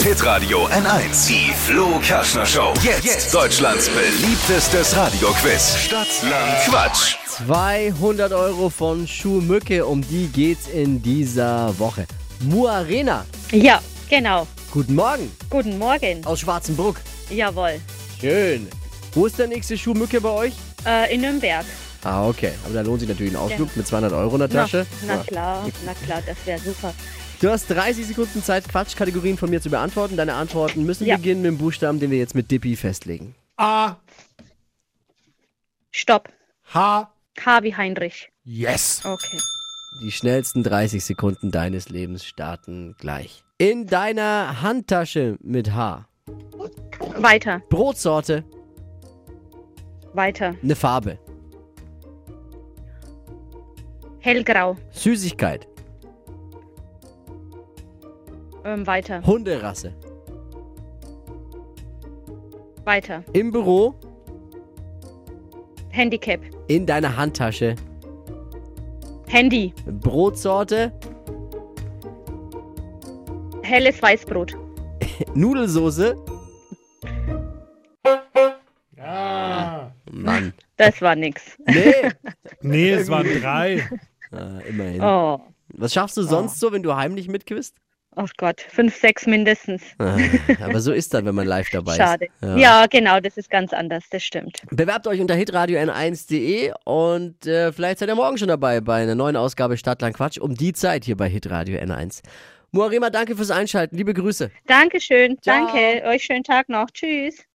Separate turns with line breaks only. Hitradio N1. Die Flo Kaschner Show. Jetzt, Deutschlands beliebtestes Radioquiz. Stadt, Land, Quatsch.
200 Euro von Schuhmücke, um die geht's in dieser Woche. Muarena,
Ja, genau.
guten Morgen
Guten Morgen.
aus Schwarzenbruck.
Jawohl.
Schön. Wo ist der nächste Schuhmücke bei euch?
Äh, in Nürnberg.
Ah, okay. Aber da lohnt sich natürlich ein Ausflug mit 200 Euro in der
Na,
Tasche.
na
Ja.
klar, na klar, das wäre super.
Du hast 30 Sekunden Zeit, Quatschkategorien von mir zu beantworten. Deine Antworten müssen
Ja.
beginnen mit dem Buchstaben, den wir jetzt mit Dippi festlegen.
A.
Stopp.
H.
H wie Heinrich.
Yes.
Okay.
Die schnellsten 30 Sekunden deines Lebens starten gleich. In deiner Handtasche mit H.
Weiter,
Brotsorte,
weiter.
eine Farbe.
Hellgrau.
Süßigkeit,
Ähm, weiter,
Hunderasse.
weiter.
Im Büro,
Handicap.
in deiner Handtasche.
Handy.
Brotsorte,
Helles Weißbrot.
Nudelsoße.
Ja.
Mann.
Das war nix.
Nee.
Nee, es waren drei.
äh, immerhin.
Oh,
Was schaffst du sonst so, wenn du heimlich mitquizt?
oh Gott. Fünf, sechs mindestens.
Ah, Aber so ist dann, wenn man live dabei
Schade.
ist.
Ja. genau, das ist ganz anders. Das stimmt.
Bewerbt euch unter hitradio n1.de und äh, vielleicht seid ihr morgen schon dabei bei einer neuen Ausgabe Stadtland Quatsch um die Zeit hier bei hitradio n1. Muarima, danke fürs Einschalten. Liebe Grüße.
Dankeschön.
Ciao.
Danke. Euch schönen Tag noch. Tschüss.